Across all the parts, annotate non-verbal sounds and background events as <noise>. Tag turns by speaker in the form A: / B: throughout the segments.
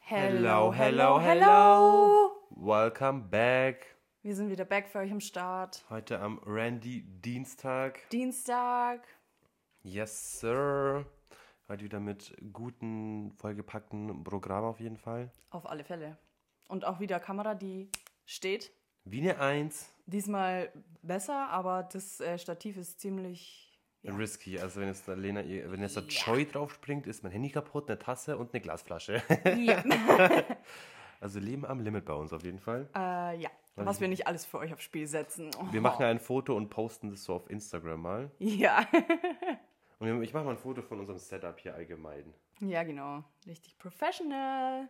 A: Hello, hello, hello.
B: Welcome back.
A: Wir sind wieder back für euch am Start.
B: Heute am Randy Dienstag.
A: Dienstag.
B: Yes, sir. Heute wieder mit guten, vollgepackten Programm auf jeden Fall.
A: Auf alle Fälle. Und auch wieder Kamera, die steht.
B: Wie eine Eins.
A: Diesmal besser, aber das äh, Stativ ist <laughs> ziemlich. Ja.
B: Risky. Also wenn jetzt der Lena, ihr- wenn jetzt der Joy draufspringt, ist mein Handy kaputt, eine Tasse und eine Glasflasche. <laughs>
A: ja.
B: Also Leben am Limit bei uns auf jeden Fall.
A: äh, ja. Was wir nicht alles für euch aufs Spiel setzen. Oh.
B: Wir machen ein Foto und posten das so auf Instagram mal.
A: Ja. <laughs>
B: Und ich mache mal ein Foto von unserem Setup hier allgemein.
A: ja, genau. Richtig professional.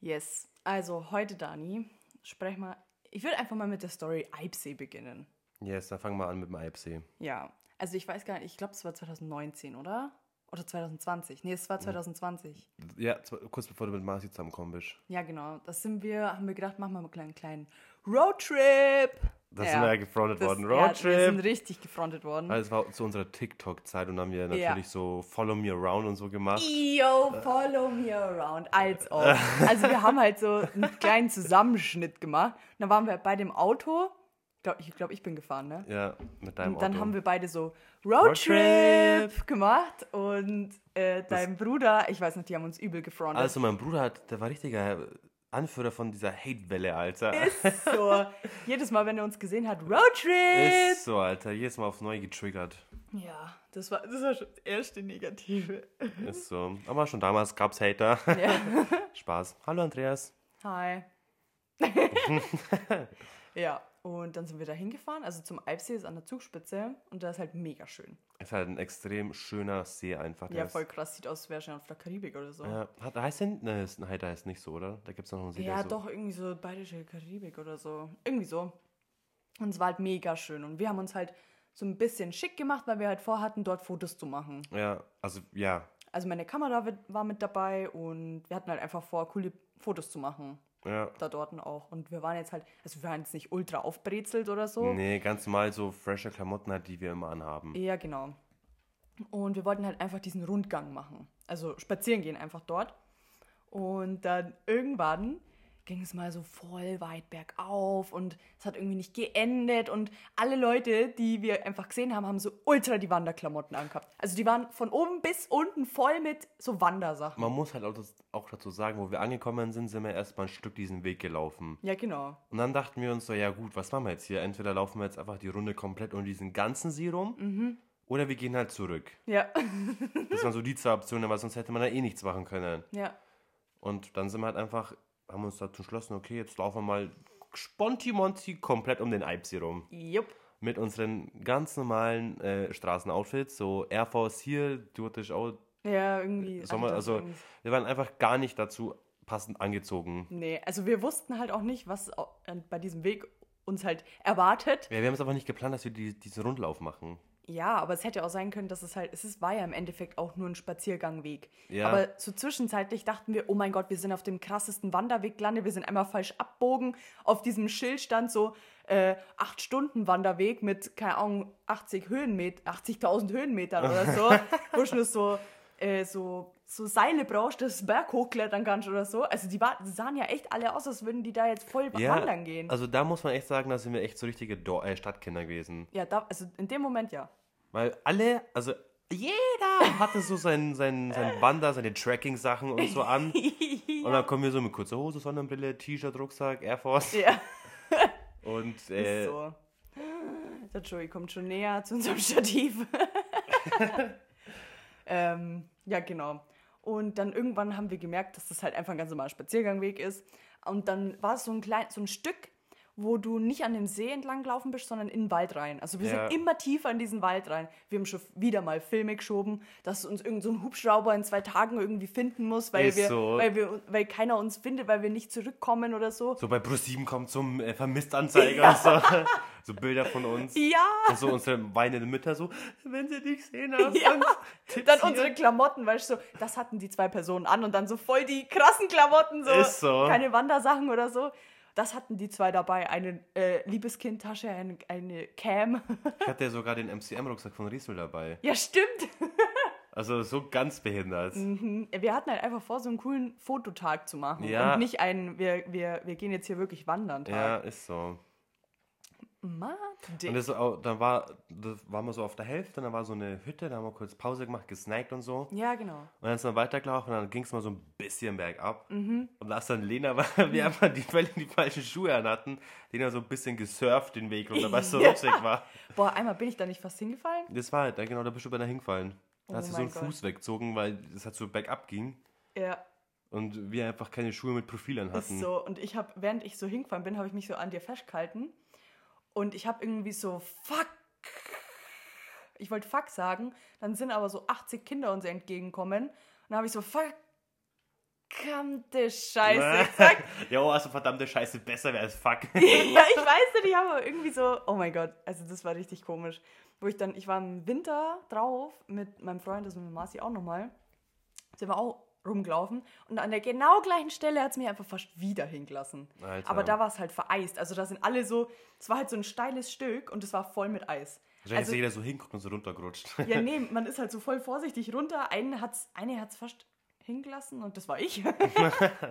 A: Yes. Also heute, Dani, sprech mal. Ich würde einfach mal mit der Story Eibsee beginnen.
B: Yes, dann fangen wir an mit dem IFC.
A: Ja, also ich weiß gar nicht, ich glaube, es war 2019, oder? Oder 2020. Nee, es war 2020.
B: Ja, zw- kurz bevor du mit Marci zusammenkommen bist.
A: Ja, genau. Das sind wir, haben wir gedacht, machen wir mal einen kleinen Roadtrip.
B: Da
A: Ja.
B: sind wir ja gefrontet
A: Das-
B: worden.
A: Ja, wir
B: Roadtrip!
A: sind richtig gefrontet worden.
B: Also es war zu unserer TikTok-Zeit und haben wir natürlich
A: Ja.
B: so Follow Me Around und so gemacht.
A: Yo, follow me around, als
B: <laughs>
A: ob. Also wir haben halt so einen kleinen Zusammenschnitt gemacht. Und dann waren wir bei dem Auto. Ich glaube, ich, glaub, ich bin gefahren, ne?
B: Ja, mit deinem
A: Und dann
B: Auto.
A: haben wir beide so
B: Roadtrip.
A: Roadtrip gemacht und äh, dein Bruder, ich weiß nicht, die haben uns übel gefrontet.
B: also mein Bruder hat, der war richtiger Anführer von dieser Hate-Welle, Alter.
A: Ist so. Jedes Mal, wenn er uns gesehen hat, Roadtrip!
B: Ist so, Alter. Jedes Mal aufs Neue getriggert.
A: Ja, das war, das war schon das erste Negative.
B: Ist so. Aber schon damals
A: <laughs>
B: gab's Hater.
A: Ja.
B: Spaß. Hallo Andreas.
A: Hi. ja, und dann sind wir da hingefahren, also zum Alpsee ist an der Zugspitze und da ist halt mega schön.
B: Ist halt ein extrem schöner See einfach. der
A: Ja,
B: ist-
A: voll krass, sieht aus, als wäre schon auf der Karibik oder so. Ja,
B: Ja, hat, heißt denn, ne, ist ein Hater heißt nicht so, oder? Da gibt's noch einen See, der so.
A: doch, irgendwie so bayerische Karibik oder so. Irgendwie so. Und es war halt mega schön und wir haben uns halt so ein bisschen schick gemacht, weil wir halt vorhatten, dort Fotos zu machen.
B: Ja, also, ja.
A: Also meine Kamera wi- war mit dabei und wir hatten halt einfach vor, coole Fotos zu machen.
B: Ja.
A: Da dorten auch. Und wir waren jetzt halt, also wir waren jetzt nicht ultra aufbrezelt oder so.
B: Nee, ganz normal so frische Klamotten halt, die wir immer anhaben.
A: Ja, genau. Und wir wollten halt einfach diesen Rundgang machen. Also spazieren gehen einfach dort. Und dann irgendwann ging es mal so voll weit bergauf und es hat irgendwie nicht geendet. Und alle Leute, die wir einfach gesehen haben, haben so ultra die Wanderklamotten angehabt. Also die waren von oben bis unten voll mit so Wandersachen.
B: Man muss halt auch, das, auch dazu sagen, wo wir angekommen sind, sind wir erstmal ein Stück diesen Weg gelaufen.
A: Ja, genau.
B: Und dann dachten wir uns so, ja gut, was machen wir jetzt hier? Entweder laufen wir jetzt einfach die Runde komplett um diesen ganzen See rum oder wir gehen halt zurück.
A: Ja,
B: Das waren so die zwei Optionen, weil sonst hätte man da eh nichts machen können.
A: ja.
B: Und dann sind wir halt einfach, haben uns dazu entschlossen, okay, jetzt laufen wir mal Sponti-Monti komplett um den Eibsee rum.
A: Jupp.
B: Mit unseren ganz normalen äh, Straßenoutfits, so Air Force hier, Duotisch auch.
A: Ja, irgendwie.
B: Sommer,
A: Adidas
B: also
A: irgendwie.
B: wir waren einfach gar nicht dazu passend angezogen.
A: Nee, also wir wussten halt auch nicht, was au- äh, bei diesem Weg uns halt erwartet.
B: Ja, wir haben es aber nicht geplant, dass wir die, diesen Rundlauf machen.
A: Ja, aber es hätte auch sein können, dass es halt, es ist, war ja im Endeffekt auch nur ein Spaziergangweg.
B: Ja.
A: Aber so zwischenzeitlich dachten wir, oh mein Gott, wir sind auf dem krassesten Wanderweg gelandet, wir sind einmal falsch abbogen. Auf diesem Schild stand so äh, 8-Stunden-Wanderweg mit, keine Ahnung, 80 Höhenmet 80.000 Höhenmetern oder
B: <laughs>
A: so. Wo du nur so, äh, so, so Seile brauchst, das Berg hochklettern kannst oder so. Also die, war, die sahen ja echt alle aus, als würden die da jetzt voll
B: Ja,
A: wandern gehen.
B: also da muss man echt sagen, da sind wir echt so richtige Dor äh, Stadtkinder gewesen.
A: ja, da, also in dem Moment ja. <laughs>
B: Weil alle, also jeder hatte so sein, sein, sein Wander, seine Tracking-Sachen und so
A: <laughs>
B: an. Und dann kommen wir so mit kurzer Hose, Sonnenbrille, T-Shirt, Rucksack, Air Force.
A: Ja.
B: <laughs> Und äh,
A: so. <gasps> Der Joey kommt schon näher zu unserem <laughs>
B: <laughs>
A: Stativ. ähm, ja, genau. Und dann irgendwann haben wir gemerkt, dass das halt einfach ein ganz normaler Spaziergangweg ist. Und dann war es so ein, klein, so ein Stück, wo du nicht an dem See entlang gelaufen bist, sondern in den Wald rein. Also wir
B: Ja.
A: sind immer tiefer in diesen Wald rein. Wir haben schon wieder mal Filme geschoben, dass uns irgendein so ein Hubschrauber in zwei Tagen irgendwie finden muss, weil,
B: Ist
A: wir,
B: so.
A: weil, wir, weil keiner uns findet, weil wir nicht zurückkommen oder so.
B: so bei Plus 7 kommt zum äh, Vermisstanzeiger und so. <laughs> So Bilder von uns.
A: Ja!
B: Und so unsere weinenden Mütter so, wenn sie dich sehen haben,
A: Ja.
B: tipps
A: Dann
B: hier.
A: unsere Klamotten, weißt du, so, das hatten die zwei Personen an und dann so voll die krassen Klamotten, so,
B: Ist so.
A: keine Wandersachen oder so. Das hatten die zwei dabei, eine äh, Liebeskindtasche, ein, eine Cam. <laughs>
B: Ich hatte ja sogar den MCM-Rucksack von Riesel dabei.
A: ja, stimmt.
B: Also so ganz behindert.
A: Mhm. Wir hatten halt einfach vor, so einen coolen Fototag zu machen.
B: Ja.
A: Und nicht einen, wir, wir, wir gehen jetzt hier wirklich wandern.
B: Ja,
A: Tag.
B: ist so.
A: Martin.
B: Und das, au- dann war, da waren wir so auf der Hälfte, dann war so eine Hütte, da haben wir kurz Pause gemacht, gesnackt und so.
A: ja, genau.
B: Und dann ist man weitergelaufen und dann ging es mal so ein bisschen bergab.
A: Mhm.
B: Und da ist dann Lena, <laughs> weil wir einfach die, weil die falschen Schuhe an hatten, Lena so ein bisschen gesurft den Weg runter,
A: <laughs>
B: weil es so
A: Ja.
B: rutschig war.
A: Boah, einmal bin ich da nicht fast hingefallen.
B: Das war halt, ja, genau, da bist du beinahe hingefallen. Da
A: Oh
B: hast du so
A: mein
B: einen Fuß weggezogen, weil es halt so bergab ging
A: Ja,
B: und wir einfach keine Schuhe mit Profil an
A: ist
B: hatten.
A: so. Und ich habe, während ich so hingefallen bin, habe ich mich so an dir festgehalten. Und ich habe irgendwie so, fuck. Ich wollte fuck sagen. Dann sind aber so 80 Kinder uns entgegenkommen. Und dann habe ich so, fuck. Verdammte
B: <laughs>
A: Scheiße. Zack,
B: Jo, also verdammte Scheiße, besser wäre
A: <laughs>
B: als fuck.
A: ja, ich weiß nicht, ich habe aber irgendwie so, oh mein Gott, also das war richtig komisch. Wo ich dann, ich war im Winter drauf mit meinem Freund, das ist mit Marci auch nochmal, sind wir auch rumgelaufen und an der genau gleichen Stelle hat es mich einfach fast wieder hingelassen.
B: Alter.
A: Aber da war es halt vereist, also da sind alle so, es war halt so ein steiles Stück und es war voll mit Eis. Also
B: Wahrscheinlich ist jeder so hinguckt und so runtergerutscht.
A: Ja, nee, man ist halt so voll vorsichtig runter. Einen hat's, eine hat es fast hingelassen und das war ich.
B: <laughs>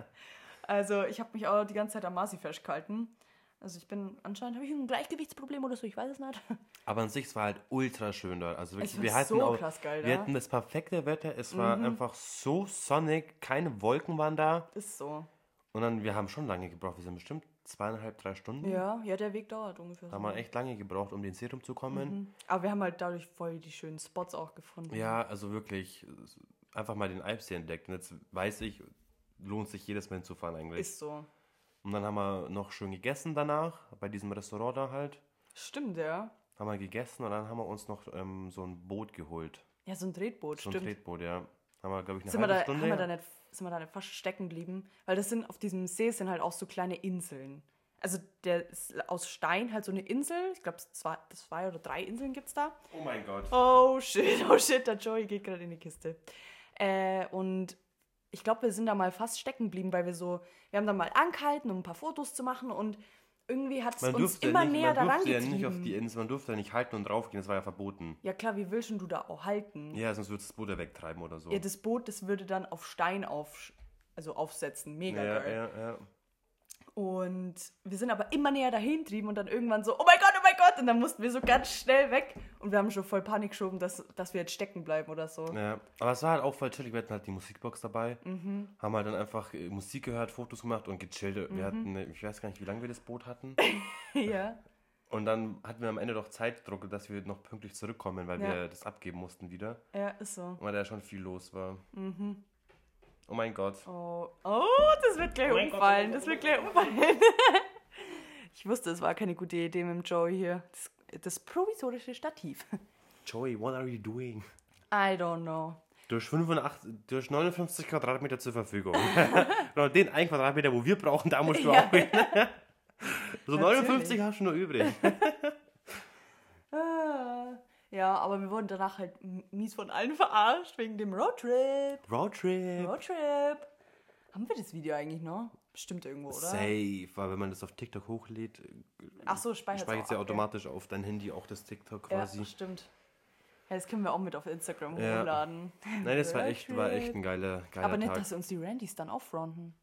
A: also ich habe mich auch die ganze Zeit am Masi festgehalten. Also ich bin, anscheinend habe ich ein Gleichgewichtsproblem oder so, ich weiß es nicht.
B: <laughs>
A: <laughs>
B: Aber an sich, es war halt ultra schön dort. Also wirklich,
A: Es war
B: wir hatten
A: so
B: auch,
A: krass geil,
B: wir
A: da. Mhm.
B: hatten das perfekte Wetter. Es war einfach so sonnig, keine Wolken waren da.
A: Ist so.
B: Und dann, wir haben schon lange gebraucht. Wir sind bestimmt zweieinhalb, drei Stunden.
A: Ja, ja, der Weg dauert ungefähr
B: Hm. Da haben
A: so.
B: wir echt lange gebraucht, um den Serum zu kommen.
A: Aber wir haben halt dadurch voll die schönen Spots auch gefunden.
B: Ja, also wirklich, es- einfach mal den Alpsee entdeckt. Und jetzt weiß ich, lohnt sich jedes Mal hinzufahren eigentlich.
A: Ist so.
B: Und dann haben wir noch schön gegessen danach, bei diesem Restaurant da halt.
A: Stimmt, ja.
B: Haben wir gegessen und dann haben wir uns noch ähm, so ein Boot geholt.
A: Ja, so ein Tretboot,
B: So ein
A: stimmt.
B: Tretboot, ja. Haben wir, glaube ich, eine
A: sind wir,
B: halbe
A: da,
B: Stunde.
A: haben wir da
B: ja.
A: nicht, sind wir da nicht fast stecken geblieben? Weil das sind auf diesem See sind halt auch so kleine Inseln. Also der ist aus Stein halt so eine Insel. Ich glaube, zwei, zwei oder drei Inseln gibt es da.
B: Oh mein Gott.
A: Oh shit, oh shit, der Joey geht gerade in die Kiste. Äh, und ich glaube, wir sind da mal fast stecken geblieben, weil wir so, wir haben dann mal angehalten, um ein paar Fotos zu machen und irgendwie hat es
B: Man
A: uns
B: durfte,
A: immer
B: ja nicht,
A: näher
B: man
A: daran
B: durfte ja nicht auf
A: getrieben.
B: die Insel, man durfte ja nicht halten und draufgehen, das war ja verboten.
A: ja klar, wie willst denn du da auch halten?
B: Ja, sonst würdest du das Boot ja wegtreiben oder so.
A: Ja, das Boot, das würde dann auf Stein auf, also aufsetzen. Mega
B: ja,
A: geil.
B: ja, ja.
A: Und wir sind aber immer näher dahin trieben und dann irgendwann so, oh mein Gott, oh mein Gott. Und dann mussten wir so ganz schnell weg. Und wir haben schon voll Panik geschoben, dass, dass wir jetzt stecken bleiben oder so.
B: Ja, aber es war halt auch voll chillig. Wir hatten halt die Musikbox dabei,
A: Mhm.
B: haben halt dann einfach äh, Musik gehört, Fotos gemacht und gechillt. Wir hatten, äh, ich weiß gar nicht, wie lange wir das Boot hatten.
A: <laughs> Ja.
B: Und dann hatten wir am Ende doch Zeitdruck, dass wir noch pünktlich zurückkommen, weil
A: Ja.
B: wir das abgeben mussten wieder.
A: Ja, ist so.
B: Weil da schon viel los war.
A: Mhm.
B: Oh mein Gott.
A: Oh, oh das wird gleich
B: Oh mein Gott,
A: umfallen.
B: oh
A: Das wird gleich umfallen. <laughs> Ich wusste, es war keine gute Idee mit dem Joey hier. Das, das provisorische Stativ. <laughs>
B: Joey, what are you doing?
A: I don't know.
B: Durch, 85, durch 59 Quadratmeter zur Verfügung. <laughs> genau den einen Quadratmeter, wo wir brauchen, da musst du
A: Ja.
B: auch hin. <laughs> so 59 hast du nur übrig.
A: Ah. Ja, aber wir wurden danach halt m- mies von allen verarscht wegen dem Roadtrip.
B: Roadtrip.
A: Roadtrip. Haben wir das Video eigentlich noch? Bestimmt irgendwo, oder?
B: Safe, weil wenn man das auf TikTok hochlädt,
A: Ach so, speichert
B: speichert ja automatisch auf dein Handy auch das TikTok quasi.
A: Ja, stimmt. Ja, das können wir auch mit auf Instagram
B: Ja.
A: hochladen.
B: Nein, das war
A: Roadtrip.
B: echt, war echt ein geiler, geiler
A: Aber nicht,
B: Tag.
A: dass uns die Randys dann auffronten.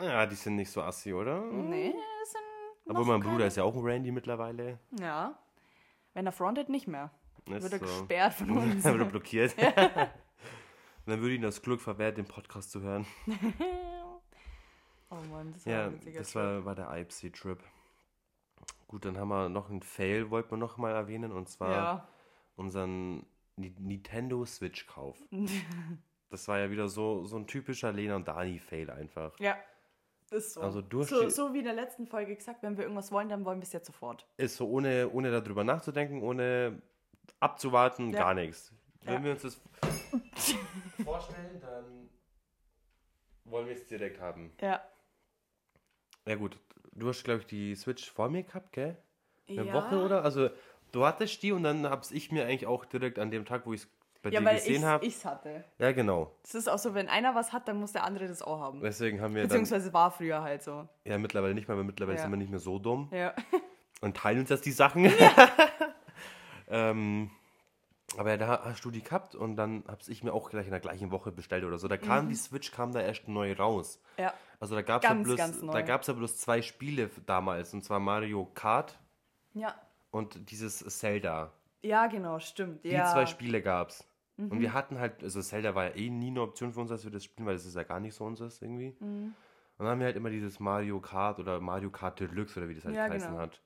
B: Ja, die sind nicht so assi, oder?
A: Nee, das sind.
B: Mhm. Aber
A: noch
B: mein
A: keine-
B: Bruder ist ja auch ein Randy mittlerweile.
A: Ja. Wenn er frontet, nicht mehr.
B: Ist
A: Wird er
B: so.
A: gesperrt von
B: <laughs>
A: uns.
B: Dann wird er blockiert. <laughs> Dann würde ihm das Glück verwehrt, den Podcast zu hören.
A: <laughs> oh Mann, das war
B: Ja,
A: ein witziger
B: das
A: Trip.
B: war, war der IPC-Trip. Gut, dann haben wir noch einen Fail, wollten wir noch mal erwähnen, und zwar
A: Ja.
B: unseren Ni- Nintendo
A: <laughs>
B: Switch-Kauf. das war ja wieder so, so ein typischer Lena und Dani-Fail einfach.
A: Ja. Ist so.
B: Also durch
A: so,
B: die-
A: so wie in der letzten Folge gesagt, wenn wir irgendwas wollen, dann wollen wir es jetzt sofort.
B: Ist so, ohne, ohne darüber nachzudenken, ohne abzuwarten,
A: Ja.
B: gar nichts.
A: Ja.
B: Wenn wir uns
A: <laughs>
B: das vorstellen, dann wollen wir es direkt haben.
A: Ja.
B: Ja gut, du hast, glaube ich, die Switch vor mir gehabt, gell? Eine
A: ja.
B: Woche oder? Also du hattest die und dann hab's ich mir eigentlich auch direkt an dem Tag, wo ich es bei
A: Ja,
B: dir
A: weil
B: gesehen habe.
A: ich es hatte.
B: Ja, genau.
A: Es ist auch so, wenn einer was hat, dann muss der andere das auch haben.
B: Deswegen haben wir dann,
A: Beziehungsweise war früher halt so.
B: ja mittlerweile nicht mehr, weil mittlerweile
A: Ja.
B: sind wir nicht mehr so dumm
A: Ja.
B: und teilen uns jetzt die Sachen. <laughs> ähm, Aber da hast du die gehabt und dann hab's ich mir auch gleich in der gleichen Woche bestellt oder so. Da kam die Switch, kam da erst neu raus.
A: Ja.
B: Also da gab's ja
A: Mhm. Ganz,
B: bloß,
A: ganz neu.
B: da gab's ja bloß zwei Spiele damals und zwar Mario Kart
A: Ja.
B: und dieses Zelda.
A: Ja, genau, stimmt.
B: Die
A: ja. Mhm.
B: zwei Spiele gab's. Und wir hatten halt, also Zelda war ja eh nie eine Option für uns, dass wir das spielen, weil das ist ja gar nicht so unseres irgendwie. Und
A: Mhm.
B: dann haben wir halt immer dieses Mario Kart oder Mario Kart Deluxe oder wie das halt
A: Ja,
B: geheißen
A: genau.
B: hat.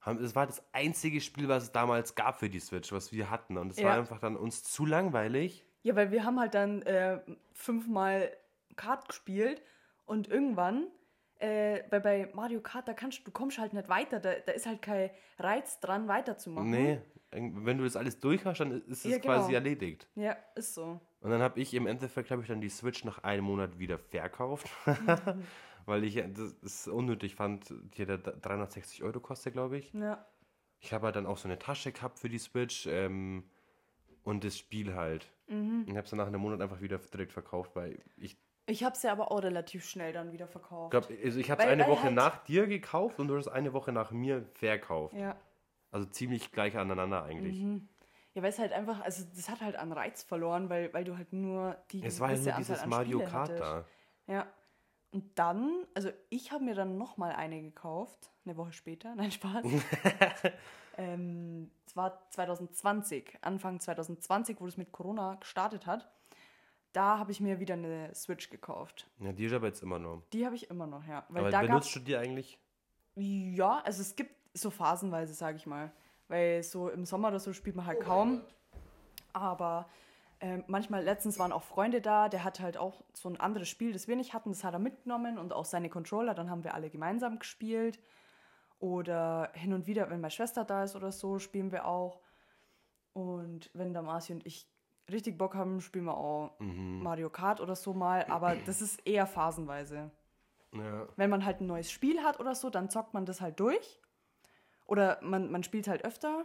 B: Haben, das war das einzige Spiel, was es damals gab für die Switch, was wir hatten. Und es
A: Ja.
B: war einfach dann uns zu langweilig.
A: Ja, weil wir haben halt dann äh, fünfmal Kart gespielt und irgendwann, äh, weil bei Mario Kart, da kannst du kommst halt nicht weiter, da, da ist halt kein Reiz dran, weiterzumachen.
B: Nee, irgend- wenn du das alles durch hast, dann ist es
A: Mhm. Ja, genau.
B: quasi erledigt.
A: Ja, ist so.
B: Und dann habe ich im Endeffekt habe ich dann die Switch nach einem Monat wieder verkauft,
A: Mhm.
B: <laughs> weil ich äh, das, das unnötig fand, die hat ja 360 Euro kostet, glaube ich.
A: Ja.
B: Ich habe halt dann auch so eine Tasche gehabt für die Switch ähm, und das Spiel halt.
A: Mhm.
B: Und habe es dann nach einem Monat einfach wieder direkt verkauft, weil ich
A: Ich hab's ja aber auch relativ schnell dann wieder verkauft.
B: glaube, also ich habe es
A: Weil-
B: eine
A: weil
B: Woche
A: halt-
B: nach dir gekauft und du hast es eine Woche nach mir verkauft.
A: Ja. Mhm.
B: Also ziemlich gleich aneinander eigentlich.
A: Ja, weil es halt einfach, also das hat halt an Reiz verloren, weil, weil du halt nur die
B: Es war ja
A: gewisse
B: nur
A: Anzahl
B: dieses
A: an
B: Mario
A: Spiele
B: Kart
A: hattest.
B: da.
A: Ja. Und dann, also ich habe mir dann nochmal eine gekauft, eine Woche später, <laughs> nein, Spaß.
B: <laughs>
A: ähm, es war 2020, Anfang 2020, wo das mit Corona gestartet hat. Da habe ich mir wieder eine Switch gekauft.
B: Ja, die ist aber jetzt immer noch.
A: Die habe ich immer noch, ja. Weil
B: aber
A: da gab's,
B: benutzt du die eigentlich?
A: ja, also es gibt so phasenweise, sage ich mal. Weil so im Sommer oder so spielt man halt kaum. Aber ähm, manchmal, letztens waren auch Freunde da, der hat halt auch so ein anderes Spiel, das wir nicht hatten, das hat er mitgenommen und auch seine Controller, dann haben wir alle gemeinsam gespielt. Oder hin und wieder, wenn meine Schwester da ist oder so, spielen wir auch. Und wenn da Marci und ich richtig Bock haben, spielen wir auch Mario Kart oder so mal. Aber das ist eher phasenweise
B: Ja.
A: wenn man halt ein neues Spiel hat oder so, dann zockt man das halt durch. Oder man, man spielt halt öfter.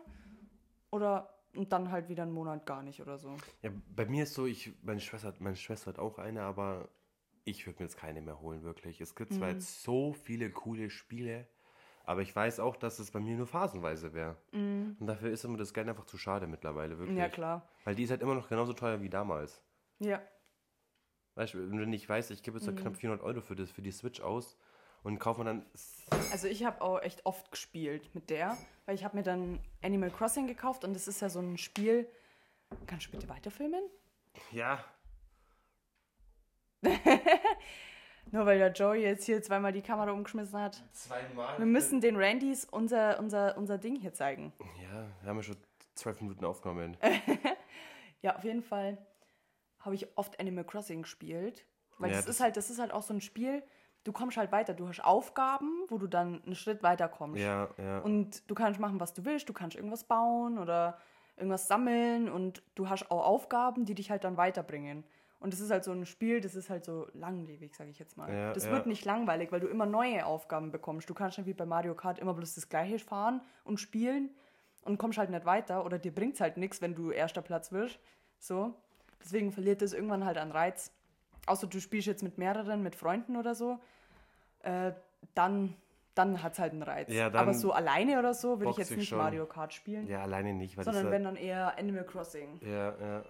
A: Oder und dann halt wieder einen Monat gar nicht oder so.
B: ja. Bei mir ist so, ich, meine Schwester, hat- meine Schwester hat auch eine, aber ich würde mir jetzt keine mehr holen, wirklich. Es gibt zwar
A: Mhm.
B: jetzt so viele coole Spiele, aber ich weiß auch, dass es bei mir nur phasenweise wäre. Und dafür ist mir das Geld einfach zu schade mittlerweile, wirklich.
A: Mhm. Ja, klar.
B: Weil die ist halt immer noch genauso teuer wie damals.
A: Ja.
B: Weißt du, wenn ich weiß, ich gebe jetzt so
A: Mhm.
B: knapp 400 Euro für, das, für die Switch aus und kaufe mir dann.
A: Also ich habe auch echt oft gespielt mit der, weil ich habe mir dann Animal Crossing gekauft und das ist ja so ein Spiel. Kannst du bitte weiterfilmen?
B: Ja,
A: Nur weil der Joey jetzt hier zweimal die Kamera umgeschmissen hat.
B: zweimal.
A: Wir müssen den Randys unser, unser, unser Ding hier zeigen.
B: Ja, wir haben ja schon zwölf Minuten aufgenommen.
A: Ja, auf jeden Fall habe ich oft Animal Crossing gespielt. Weil
B: Ja,
A: das,
B: das-
A: ist halt, das ist halt auch so ein Spiel, du kommst halt weiter. Du hast Aufgaben, wo du dann einen Schritt weiter kommst.
B: Ja, ja.
A: Und du kannst machen, was du willst. Du kannst irgendwas bauen oder irgendwas sammeln. Und du hast auch Aufgaben, die dich halt dann weiterbringen. Und das ist halt so ein Spiel, das ist halt so langlebig, sage ich jetzt mal.
B: Ja,
A: das
B: ja.
A: wird nicht langweilig, weil du immer neue Aufgaben bekommst. Du kannst nicht wie bei Mario Kart immer bloß das Gleiche fahren und spielen und kommst halt nicht weiter. Oder dir bringt's halt nichts, wenn du erster Platz wirst. So. Deswegen verliert das irgendwann halt an Reiz. Außer du spielst jetzt mit mehreren, mit Freunden oder so. Äh, dann dann hat es halt einen Reiz.
B: Ja, dann
A: Aber so alleine oder so würde ich
B: bockt
A: jetzt
B: sich
A: nicht
B: schon.
A: Mario Kart spielen,
B: Ja, alleine nicht, weil
A: sondern
B: das
A: wenn
B: ist
A: dann eher Animal Crossing.
B: ja, ja,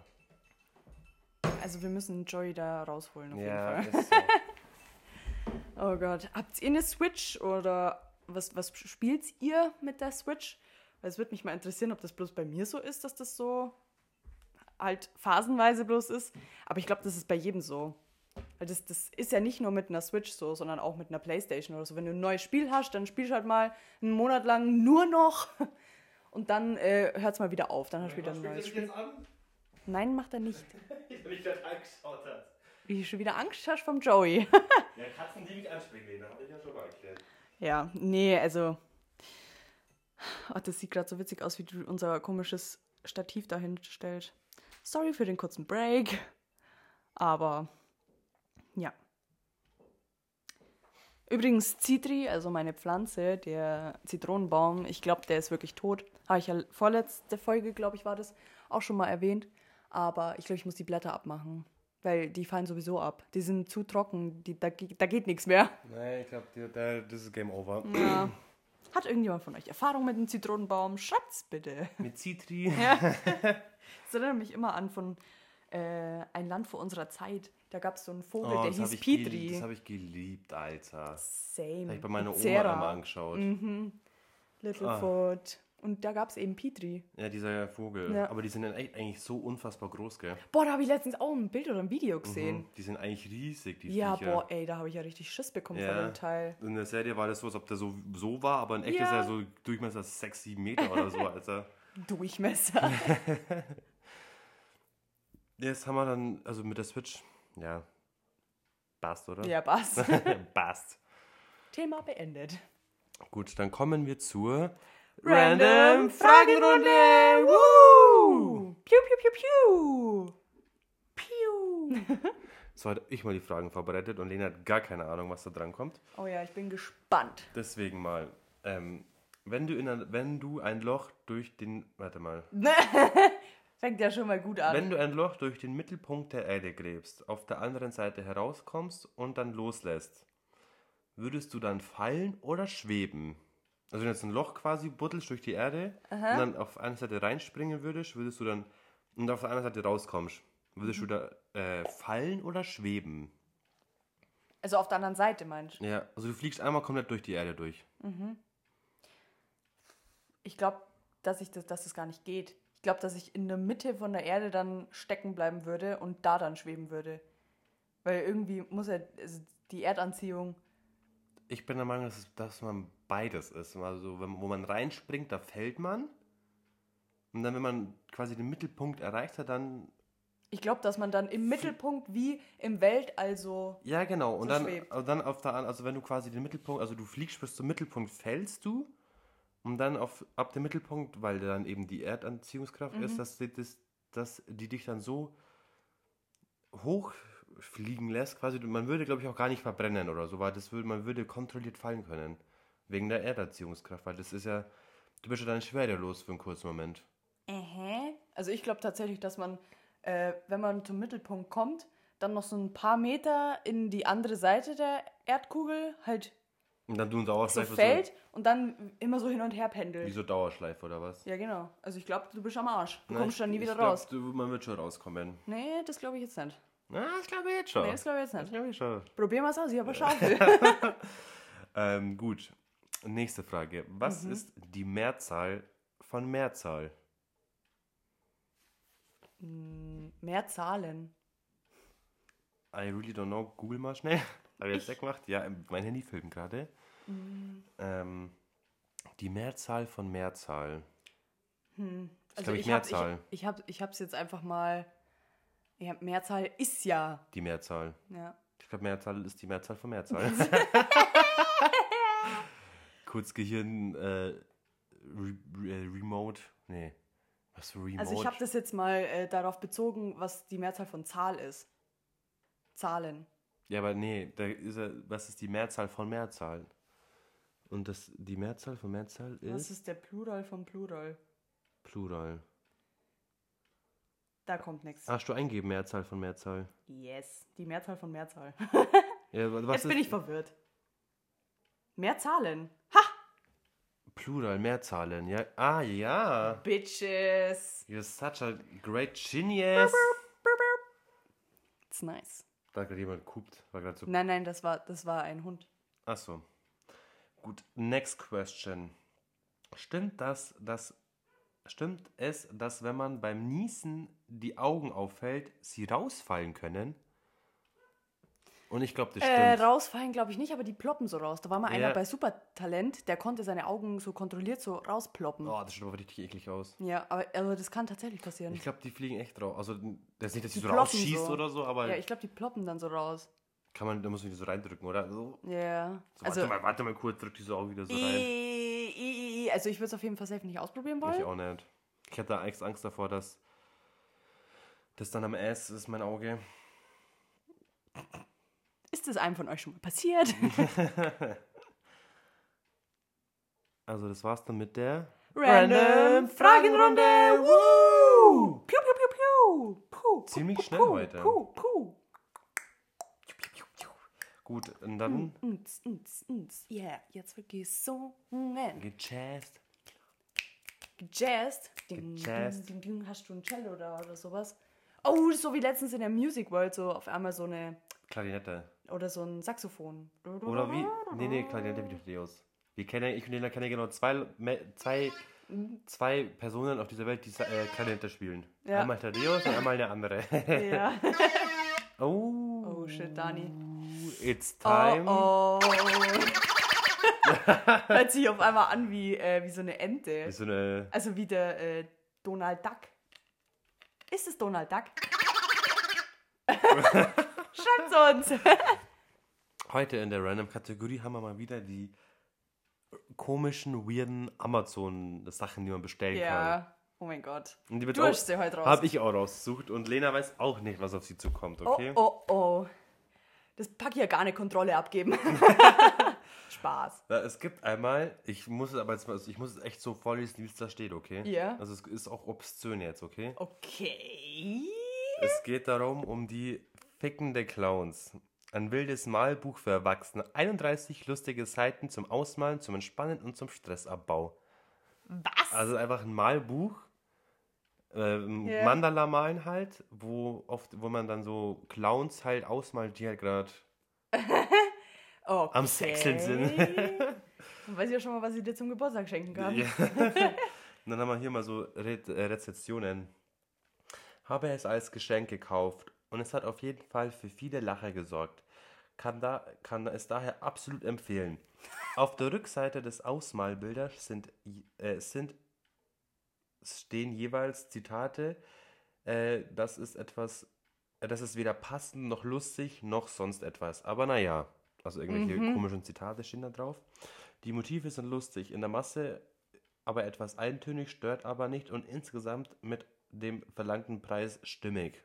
A: Also wir müssen Joey da rausholen auf
B: ja,
A: jeden Fall.
B: ist so.
A: Oh Gott. Habt ihr eine Switch oder was, was spielt ihr mit der Switch? Weil es würde mich mal interessieren, ob das bloß bei mir so ist, dass das so halt phasenweise bloß ist. Aber ich glaube, das ist bei jedem so. Weil das, das ist ja nicht nur mit einer Switch so, sondern auch mit einer Playstation oder so. Wenn du ein neues Spiel hast, dann spielst du halt mal einen Monat lang nur noch <laughs> und dann äh, hört es mal wieder auf. Dann hast du wieder ein neues Spiel.
B: an? <laughs>
A: Nein, macht er nicht.
B: Ich mich gerade angeschaut hat.
A: Wie du schon wieder Angst hast vom Joey.
B: Ja, Katzen, die mich anspringen, Lena, habe ich ja schon mal erklärt.
A: Ja, nee, also. Ach, das sieht gerade so witzig aus, wie du unser komisches Stativ dahin stellst. Sorry für den kurzen Break. Aber ja. Übrigens, Citri, also meine Pflanze, der Zitronenbaum, ich glaube, der ist wirklich tot. Habe ich ja vorletzte Folge, glaube ich, war das, auch schon mal erwähnt. Aber ich glaube, ich muss die Blätter abmachen. Weil die fallen sowieso ab. Die sind zu trocken. Die, da, ge- da geht nichts mehr.
B: Nein, ich glaube, das ist Game Over.
A: Ja. Hat irgendjemand von euch Erfahrung mit einem Zitronenbaum? Schreibt's bitte.
B: Mit Citri.
A: Das erinnert mich immer an von äh, Ein Land vor unserer Zeit. Da gab es so einen Vogel,
B: Oh,
A: der
B: das hab
A: hieß
B: ich gel- Das
A: Petri.
B: habe ich geliebt, Alter. Das
A: Same.
B: habe ich bei meiner Oma
A: Zera, Mhm.
B: einmal angeschaut.
A: Littlefoot.
B: Ah.
A: Und da gab es eben Petri.
B: Ja, dieser Vogel.
A: Ja.
B: Aber die sind dann echt eigentlich so unfassbar groß, gell?
A: Boah, da habe ich letztens auch ein Bild oder ein Video
B: Mhm.
A: gesehen.
B: Die sind eigentlich riesig, die
A: Ja,
B: Viecher.
A: boah, ey, da habe ich ja richtig Schiss bekommen von
B: Ja.
A: dem Teil.
B: In der Serie war das so, als ob der so, so war, aber in echt
A: Ja.
B: ist er so Durchmesser 6, 7 Meter oder so, Alter.
A: Durchmesser.
B: Jetzt haben wir dann, also mit der Switch, ja. Bast, oder?
A: ja,
B: <laughs>
A: passt.
B: Bast.
A: Thema beendet.
B: Gut, dann kommen wir zur
A: Random Fragenrunde.
B: Woo!
A: Piu, piu, piu, piu. Piu.
B: So hatte ich mal die Fragen vorbereitet und Lena hat gar keine Ahnung, was da dran kommt.
A: Oh ja, ich bin gespannt.
B: Deswegen mal, ähm, wenn du in ein, wenn du ein Loch durch den, warte mal,
A: Fängt ja schon mal gut an.
B: wenn du ein Loch durch den Mittelpunkt der Erde gräbst, auf der anderen Seite herauskommst und dann loslässt, würdest du dann fallen oder schweben? Also wenn du jetzt ein Loch quasi buddelst durch die Erde und dann auf eine Seite reinspringen würdest, würdest du dann und auf der anderen Seite rauskommst, würdest du da äh, fallen oder schweben?
A: also auf der anderen Seite, meinst du?
B: Ja, also du fliegst einmal komplett durch die Erde durch.
A: Ich glaube, dass, ich das, dass das gar nicht geht. Ich glaube, dass ich in der Mitte von der Erde dann stecken bleiben würde und da dann schweben würde. Weil irgendwie muss ja also die Erdanziehung.
B: Ich bin der Meinung, dass, es, dass man beides ist. Also, wenn, wo man reinspringt, da fällt man. Und dann, wenn man quasi den Mittelpunkt erreicht hat, dann.
A: Ich glaube, dass man dann im Mittelpunkt wie im also Weltall so.
B: Ja, genau. Und
A: So
B: dann,
A: schwebt.
B: also dann auf der an- also wenn du quasi den Mittelpunkt, also du fliegst bis zum Mittelpunkt, fällst du. Und dann auf, ab dem Mittelpunkt, weil dann eben die Erdanziehungskraft
A: Mhm.
B: ist, dass, die- das, dass die dich dann so hochfliegen lässt, quasi. Man würde, glaube ich, auch gar nicht verbrennen oder so, weil das würde, man würde kontrolliert fallen können. Wegen der Erdanziehungskraft, weil das ist ja, du bist ja dann schwerelos für einen kurzen Moment.
A: Also ich glaube tatsächlich, dass man, äh, wenn man zum Mittelpunkt kommt, dann noch so ein paar Meter in die andere Seite der Erdkugel halt
B: Und dann du ein
A: so
B: Dauerschleife
A: fällt und dann immer so hin und her pendelt.
B: wie so Dauerschleife oder was?
A: Ja, genau. Also ich glaube, du bist am Arsch. Du
B: Na,
A: kommst
B: ich-
A: dann nie
B: ich
A: wieder
B: glaub,
A: raus.
B: Du, man wird schon rauskommen.
A: Nee, das glaube ich jetzt nicht.
B: Na, das glaube ich jetzt schon.
A: Nee, das glaube ich jetzt
B: Das
A: nicht.
B: glaube ich schon.
A: Probieren wir es aus, ich habe
B: <laughs>
A: Schaufel.
B: Ähm, gut. Nächste Frage. Was
A: Mhm.
B: ist die Mehrzahl von Mehrzahl?
A: Mehr Zahlen.
B: I really don't know. Google mal schnell. <laughs> Habe ich jetzt
A: Ich- Mhm.
B: weggemacht? Ja, ähm, mein Handy filmt gerade. Ähm, die Mehrzahl von Mehrzahl.
A: Also
B: glaub ich,
A: ich habe
B: Mehrzahl.
A: ich, ich hab, ich hab's jetzt einfach mal. Ja, Mehrzahl ist ja.
B: Die Mehrzahl.
A: ja.
B: Ich glaube, Mehrzahl ist die Mehrzahl
A: <laughs>
B: von Mehrzahl. Kurz Gehirn äh, re, re, äh, Remote. Nee. Was für Remote?
A: Also ich habe das jetzt mal äh, darauf bezogen, was die Mehrzahl von Zahl ist. Zahlen.
B: Ja, aber nee, da ist ja, was ist die Mehrzahl von Mehrzahl? Und das, die Mehrzahl von Mehrzahl
A: Was
B: ist,
A: ist der Plural von Plural?
B: Plural. Ah,
A: Da kommt nichts.
B: Hast du eingeben, Mehrzahl von Mehrzahl?
A: Yes. Die Mehrzahl von Mehrzahl.
B: Ja, wa-
A: <laughs>
B: was
A: Jetzt bin ich
B: ist
A: verwirrt. Mehr Zahlen.
B: Plural, Mehrzahlen, ja. Ah, ja.
A: Bitches.
B: You're such a great genius.
A: It's nice.
B: Da hat gerade jemand kupt. War gerade so.
A: Nein, nein, das war, das war ein Hund.
B: Achso. Gut, next question. Stimmt das, dass. Stimmt es, dass wenn man beim Niesen die Augen auffällt, sie rausfallen können? Und ich glaube, das stimmt.
A: Äh, rausfallen glaube ich nicht, aber die ploppen so raus. Da war mal
B: Ja.
A: einer bei Supertalent, der konnte seine Augen so kontrolliert so rausploppen.
B: Oh, das sieht aber richtig eklig aus.
A: Ja, aber also das kann tatsächlich passieren.
B: Ich glaube, die fliegen echt drauf. Also, das ist nicht, dass
A: Die
B: die, so
A: ploppen
B: rausschießt
A: so.
B: oder so, aber
A: ja, ich glaube, die ploppen dann so raus.
B: kann man, da muss man die so reindrücken, oder? So,
A: Ja.
B: so,
A: Also, Äh,
B: warte mal, warte mal kurz, drück die so auch wieder so rein.
A: I- I- I- also ich würde es auf jeden Fall safe nicht ausprobieren
B: Ich
A: wollen.
B: auch nicht. Ich hätte da echt Angst davor, dass das dann am Ass ist, mein Auge.
A: Ist das einem von euch schon mal
B: <laughs>
A: passiert?
B: Also, das war's dann mit der
A: Random Fragenrunde. Woo! Piu, piu, piu, piu. Puh, puh,
B: Ziemlich
A: puh,
B: schnell
A: puh,
B: heute.
A: Puh, puh.
B: Gut, und
A: Hm.
B: dann
A: Ns, ns, ns. Yeah, jetzt wird gesungen.
B: gechast.
A: Gejazzt. Ding, ding,
B: Gejazzt.
A: ding, ding. Hast du ein Cello da oder sowas? Oh, so wie letztens in der Music World, so auf einmal so eine.
B: Klarinette.
A: Oder so ein Saxophon.
B: Oder wie? Nee, nee, Klarinette Videos. Wir kennen, ich und Lena kennen genau zwei, Me- zwei, zwei Personen auf dieser Welt, die Sa- äh, Klarinette spielen.
A: Ja.
B: Einmal Thaddeus und einmal eine andere. <laughs>
A: Ja.
B: oh,
A: Oh shit, Dani.
B: it's
A: Oh,
B: time.
A: oh. <laughs> Hört sich auf einmal an wie, äh, wie so eine Ente.
B: Ist so eine,
A: Also wie der äh, Donald Duck. Ist es Donald Duck? Schreibt uns.
B: heute in der Random-Kategorie haben wir mal wieder die komischen, weirden Amazon-Sachen, die man bestellen kann.
A: Ja. Oh mein Gott.
B: Und die wird
A: Du
B: auch-
A: hast sie heute raus.
B: Hab ich auch rausgesucht und Lena weiß auch nicht, was auf sie zukommt, okay?
A: Oh, oh, oh. Das pack ich ja gar nicht Kontrolle
B: <laughs>
A: abgeben. Spaß.
B: Na, es gibt einmal, ich muss es aber jetzt mal, ich muss es echt so vorlesen, wie es da steht, okay?
A: Ja.
B: Also es ist auch obszön jetzt, okay?
A: Okay.
B: Es geht darum, um die fickende Clowns. Ein wildes Malbuch für Erwachsene. 31 lustige Seiten zum Ausmalen, zum Entspannen und zum Stressabbau.
A: Was?
B: Also einfach ein Malbuch. Ähm,
A: Ja.
B: Mandala malen halt, wo oft, wo man dann so Clowns halt ausmalt, die halt gerade
A: okay.
B: am Sexeln sind.
A: Dann weiß ich ja schon mal, was ich dir zum Geburtstag schenken kann.
B: Ja. Und dann haben wir hier mal so Re äh, Rezessionen. Habe es als Geschenk gekauft und es hat auf jeden Fall für viele Lacher gesorgt. Kann, da, kann es daher absolut empfehlen. Auf der Rückseite des Ausmalbildes sind, i- äh, sind, stehen jeweils Zitate, äh, das ist etwas, äh, das ist weder passend noch lustig noch sonst etwas. Aber naja, also irgendwelche komischen Zitate stehen da drauf. Die Motive sind lustig, in der Masse aber etwas eintönig, stört aber nicht und insgesamt mit dem verlangten Preis stimmig.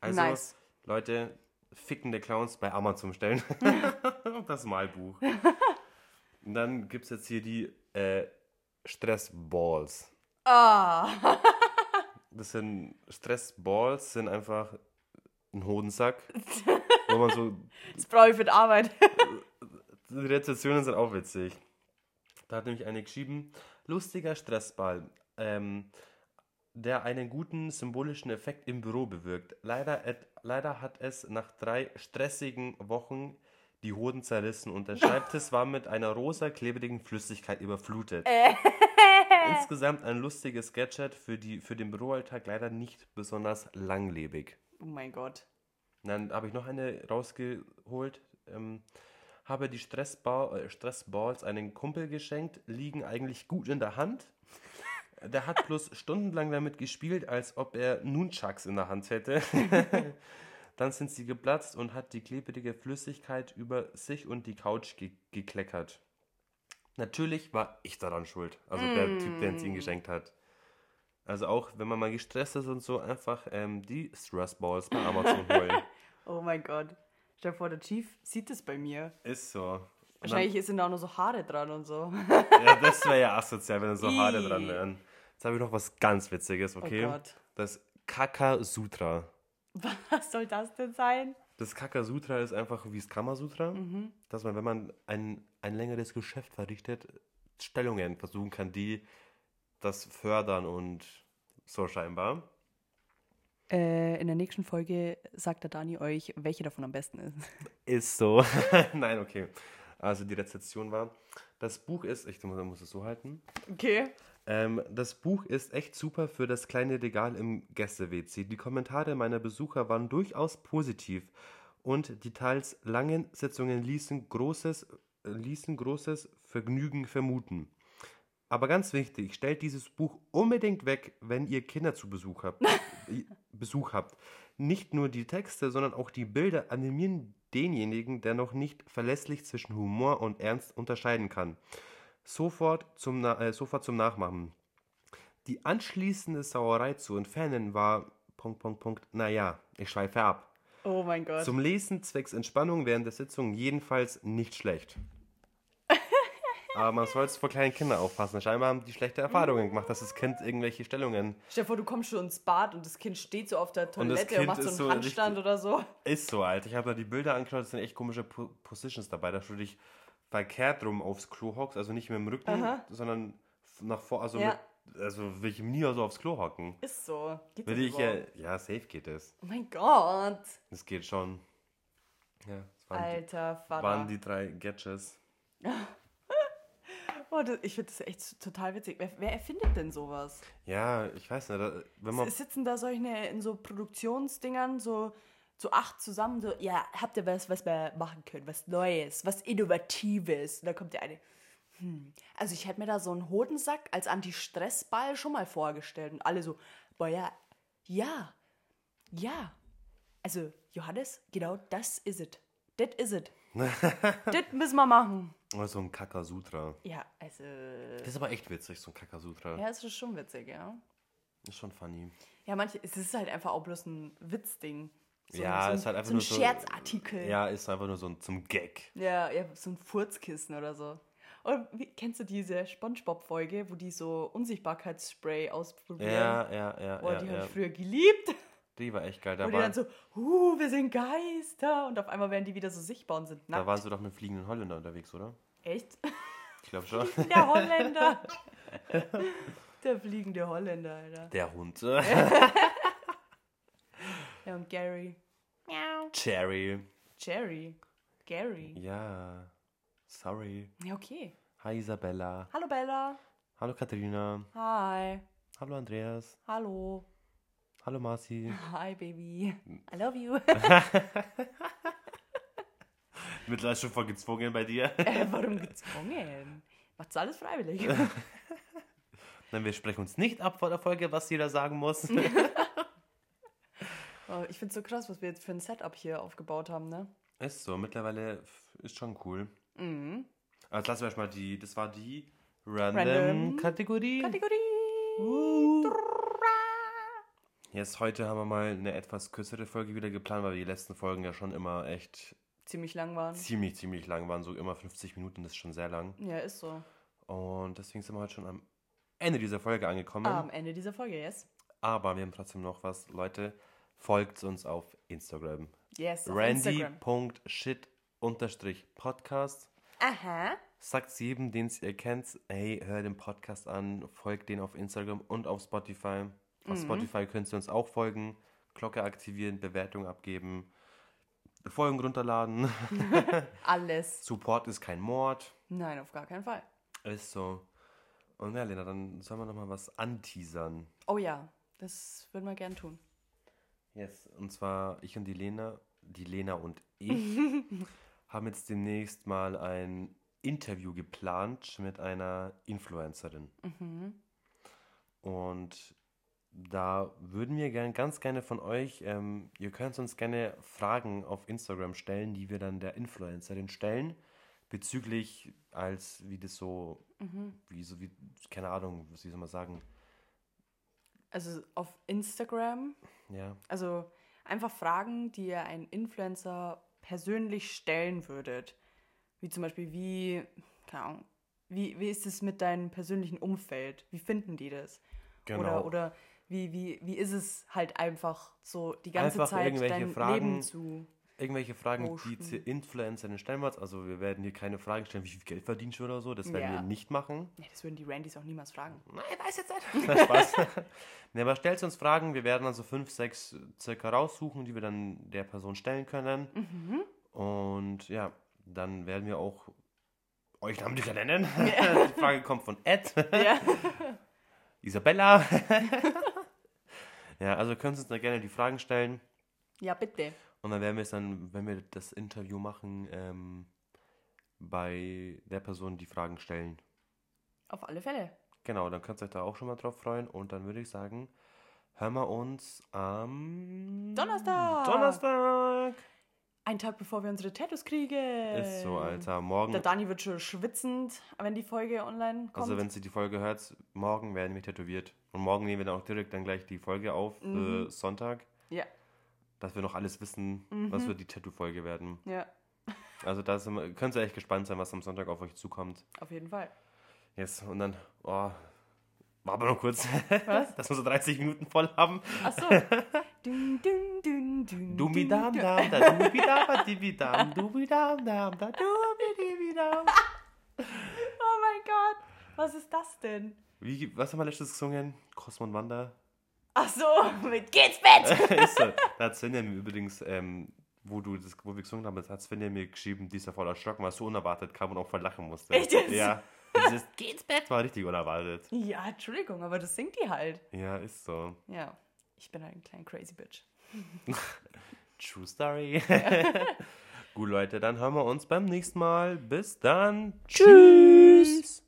B: Also,
A: Nice.
B: Leute, fickende Clowns bei Amazon bestellen. <laughs> das Malbuch. Und dann gibt es jetzt hier die äh, Stressballs.
A: Ah.
B: Das sind Stressballs, sind einfach ein Hodensack, wo man so
A: Jetzt brauche ich für die Arbeit. <laughs>
B: Die Rezessionen sind auch witzig. Da hat nämlich eine geschrieben, lustiger Stressball, ähm, der einen guten symbolischen Effekt im Büro bewirkt. Leider, et, leider hat es nach drei stressigen Wochen die Hoden zerrissen und der Schreibtisch war mit einer rosa klebrigen Flüssigkeit überflutet. Insgesamt ein lustiges Gadget für, die, für den Büroalltag leider nicht besonders langlebig.
A: Oh mein Gott.
B: Dann habe ich noch eine rausgeholt. Ähm, habe die Stressba äh, Stressballs einem Kumpel geschenkt, liegen eigentlich gut in der Hand. Der hat bloß stundenlang damit gespielt, als ob er Nunchucks in der Hand hätte. Dann sind sie geplatzt und hat die klebrige Flüssigkeit über sich und die Couch ge gekleckert. Natürlich war ich daran schuld. Also der Typ, der uns ihn geschenkt hat. Also auch, wenn man mal gestresst ist und so, einfach ähm, die Stressballs bei Amazon holen.
A: Oh mein Gott. Stell dir vor, der Chief sieht es bei mir.
B: Ist so. Und
A: Wahrscheinlich sind da auch noch so Haare dran und so. <laughs>
B: Dann, ja, das wäre ja asozial, wenn da so Haare
A: Ih. Oh
B: dran wären. Jetzt habe ich noch was ganz Witziges, okay?
A: Gott.
B: Das Kakasutra.
A: Was soll das denn sein?
B: Das Kakasutra ist einfach wie das Kamasutra,
A: Mhm.
B: dass man, wenn man ein, ein längeres Geschäft verrichtet, Stellungen versuchen kann, die das fördern und so scheinbar.
A: Äh, in der nächsten Folge sagt der Dani euch, welche davon am besten ist.
B: Ist so. <laughs> Nein, okay. Also die Rezeption war, das Buch ist, ich muss muss es so halten,
A: Okay.
B: Ähm, das Buch ist echt super für das kleine Regal im Gäste-WC. Die Kommentare meiner Besucher waren durchaus positiv und die teils langen Sitzungen ließen großes, ließen großes Vergnügen vermuten. Aber ganz wichtig, stellt dieses Buch unbedingt weg, wenn ihr Kinder zu Besuch habt. Besuch habt. Nicht nur die Texte, sondern auch die Bilder animieren denjenigen, der noch nicht verlässlich zwischen Humor und Ernst unterscheiden kann sofort zum, Na äh, sofort zum Nachmachen. Die anschließende Sauerei zu entfernen war. Punkt, Punkt, Punkt. Naja, ich schweife ab.
A: Oh mein Gott. <laughs>
B: Zum Lesen zwecks Entspannung während der Sitzung jedenfalls nicht schlecht. Aber man soll vor kleinen Kindern aufpassen. Scheinbar haben die schlechte Erfahrungen gemacht, dass das Kind irgendwelche Stellungen
A: Stell dir vor, du kommst schon ins Bad und das Kind steht so auf der
B: Und das
A: Toilette und,
B: Kind
A: macht so einen
B: ist so
A: Handstand oder so.
B: ist so alt. Ich habe da die Bilder angeschaut, das sind echt komische po Positions dabei, dass du dich verkehrt rum aufs Klo hockst, also nicht mit dem Rücken,
A: Aha.
B: sondern f- nach vor, also
A: Ja.
B: mit, also will ich nie so aufs Klo hocken.
A: Ist so. Geht
B: Will ich ja, ja, safe geht es.
A: Oh mein Gott.
B: Das geht schon. Ja, das waren,
A: Alter
B: die, waren
A: Vater.
B: die drei Gadgets.
A: Oh, das, ich finde das echt total witzig. Wer, wer erfindet denn sowas?
B: Ja, ich weiß nicht, da, wenn man
A: S- Sitzen da solche in so Produktionsdingern so zu acht zusammen, so, ja, habt ihr was, was wir machen können, was Neues, was Innovatives? Und da kommt der eine. Hm. Also ich hätte mir da so einen Hodensack als Anti-Stress-Ball schon mal vorgestellt. Und alle so, boah ja, ja, ja. Also, Johannes, genau das is it. Das is <laughs> it. das müssen wir machen.
B: oder so ein Kakasutra.
A: Ja, also.
B: Das ist aber echt witzig, so ein Kakasutra.
A: Ja, es ist schon witzig, ja.
B: Ist schon funny.
A: Ja, manche, es ist halt einfach auch bloß ein Witzding. So ein,
B: ja,
A: so ein,
B: ist halt einfach
A: so ein
B: nur
A: Scherzartikel.
B: Ja, ist einfach nur so ein, zum Gag.
A: Ja, ja, so ein Furzkissen oder so. Und wie, kennst du diese Spongebob-Folge, wo die so Unsichtbarkeitsspray ausprobieren?
B: Ja, ja, ja,
A: Boah,
B: ja.
A: die
B: ja.
A: habe ich früher geliebt.
B: Die war echt geil.
A: Wo
B: Da,
A: die
B: waren,
A: dann so, huh, wir sind Geister. Und auf einmal werden die wieder so sichtbar und sind
B: da
A: nackt.
B: waren sie doch mit fliegenden Holländer unterwegs, oder?
A: Echt? <laughs>
B: Ich glaube schon.
A: Der Holländer. <laughs> Der fliegende Holländer, Alter.
B: Der Hund.
A: Ja, und Gary.
B: <laughs> Cherry.
A: Jerry. Gary.
B: Ja. Sorry.
A: Ja, okay.
B: Hi Isabella.
A: Hallo, Bella.
B: Hallo Katharina.
A: Hi.
B: Hallo Andreas.
A: Hallo.
B: Hallo Marci.
A: Hi, Baby. I love you.
B: Mittlerweile schon voll gezwungen bei dir.
A: äh, warum gezwungen? Macht's alles freiwillig.
B: Nein, wir sprechen uns nicht ab vor der Folge, was jeder sagen muss.
A: Mhm. Oh, ich find's so krass, was wir jetzt für ein Setup hier aufgebaut haben, ne?
B: Ist so, mittlerweile f- ist schon cool.
A: Mhm.
B: Also lassen wir erstmal die, das war die
A: Random
B: Random-Kategorie.
A: Kategorie.
B: Jetzt heute haben wir mal eine etwas kürzere Folge wieder geplant, weil die letzten Folgen ja schon immer echt
A: Ziemlich lang waren.
B: ziemlich, ziemlich lang waren. So immer 50 Minuten, das ist schon sehr lang.
A: Ja, ist so.
B: Und deswegen sind wir heute schon am Ende dieser Folge angekommen.
A: Am Ende dieser Folge, yes?
B: Aber wir haben trotzdem noch was. Leute, folgt uns auf Instagram.
A: Yes, auf Instagram.
B: Randy.shit-podcast.
A: Aha.
B: Sagt jedem, den ihr kennt, hey, hör den Podcast an, folgt den auf Instagram und auf Spotify. Auf Spotify könnt ihr uns auch folgen, Glocke aktivieren, Bewertung abgeben, Folgen runterladen. <laughs>
A: Alles.
B: Support ist kein Mord.
A: Nein, auf gar keinen Fall.
B: Ist so. Und ja, Lena, dann sollen wir nochmal was anteasern.
A: Oh ja, das würden wir gern tun.
B: Yes. Und zwar ich und die Lena, die Lena und ich, haben jetzt demnächst mal ein Interview geplant mit einer Influencerin. Und da würden wir gern, ganz gerne von euch, ähm, ihr könnt uns gerne Fragen auf Instagram stellen, die wir dann der Influencerin stellen, bezüglich als, wie das so, wie so, wie, keine Ahnung, wie soll man sagen,
A: Also auf Instagram
B: ja,
A: Also einfach Fragen, die ihr ein Influencer persönlich stellen würdet. Wie zum Beispiel, wie, keine Ahnung, wie, wie ist es mit deinem persönlichen Umfeld? Wie finden die das?
B: Genau.
A: Oder, oder wie, wie, wie ist es halt einfach so die ganze
B: Einfach
A: Zeit
B: irgendwelche
A: dein
B: Fragen.
A: Leben zu?
B: irgendwelche Fragen, die
A: Posten.
B: zu Influencern stellen wir uns. Also wir werden hier keine Fragen stellen, wie viel Geld verdienst du oder so. Das werden
A: Ja.
B: wir nicht machen. <laughs>
A: Ja, das würden die Randys auch niemals fragen.
B: Nein, weiß jetzt nicht. Spaß. <laughs> nee, aber stellt uns Fragen. Wir werden also fünf, sechs circa raussuchen, die wir dann der Person stellen können.
A: Mhm.
B: Und ja, dann werden wir auch euch Namen nennen. <laughs> die Frage kommt von Ed.
A: Ja.
B: <laughs> Isabella. <laughs> ja, also könnt ihr uns da gerne die Fragen stellen.
A: <laughs> Ja, bitte.
B: Und dann werden wir es dann, wenn wir das Interview machen, ähm, bei der Person die Fragen stellen.
A: Auf alle Fälle.
B: Genau, dann könnt ihr euch da auch schon mal drauf freuen. Und dann würde ich sagen, hören wir uns am
A: Donnerstag!
B: Donnerstag.
A: Ein Tag bevor wir unsere Tattoos kriegen.
B: Ist so, Alter. Morgen,
A: Der Dani wird schon schwitzend, wenn die Folge online kommt.
B: also wenn sie die Folge hört, morgen werden wir tätowiert. Und morgen nehmen wir dann auch direkt dann gleich die Folge auf, äh, Sonntag,
A: Mhm. ja, Mhm.
B: dass wir noch alles wissen, was für die Tattoo-Folge werden.
A: ja.
B: Also da sind wir- könnt ihr echt gespannt sein, was am Sonntag auf euch zukommt.
A: Auf jeden Fall.
B: Yes, und dann, oh, war aber noch kurz,
A: Was?
B: <laughs> dass wir so 30 Minuten voll haben.
A: Achso. dün, dün, dün, dün, dün,
B: Dumidam
A: dün.
B: dam da dumidam dibidam dumidam dam da dumidibidam.
A: Oh mein Gott. Was ist das denn?
B: Wie, was haben wir letztes gesungen? Cosmo und Wanda. <laughs>
A: Achso, <laughs> mit geht's Bett.
B: Ist so. Da hat Svenja mir übrigens, ähm, wo, du das, wo wir gesungen haben, das hat Svenja mir geschrieben, die ist ja voll erschrocken, weil es so unerwartet kam und auch voll lachen musste.
A: Echt jetzt? <laughs>
B: Ja. Dieses Geht's Bett war richtig unerwartet.
A: Ja, Entschuldigung, aber das singt die halt.
B: Ja, ist so.
A: Ja. Ich bin halt ein kleiner Crazy Bitch.
B: True Story. <laughs> Gut, Leute, dann hören wir uns beim nächsten Mal. Bis dann. Tschüss.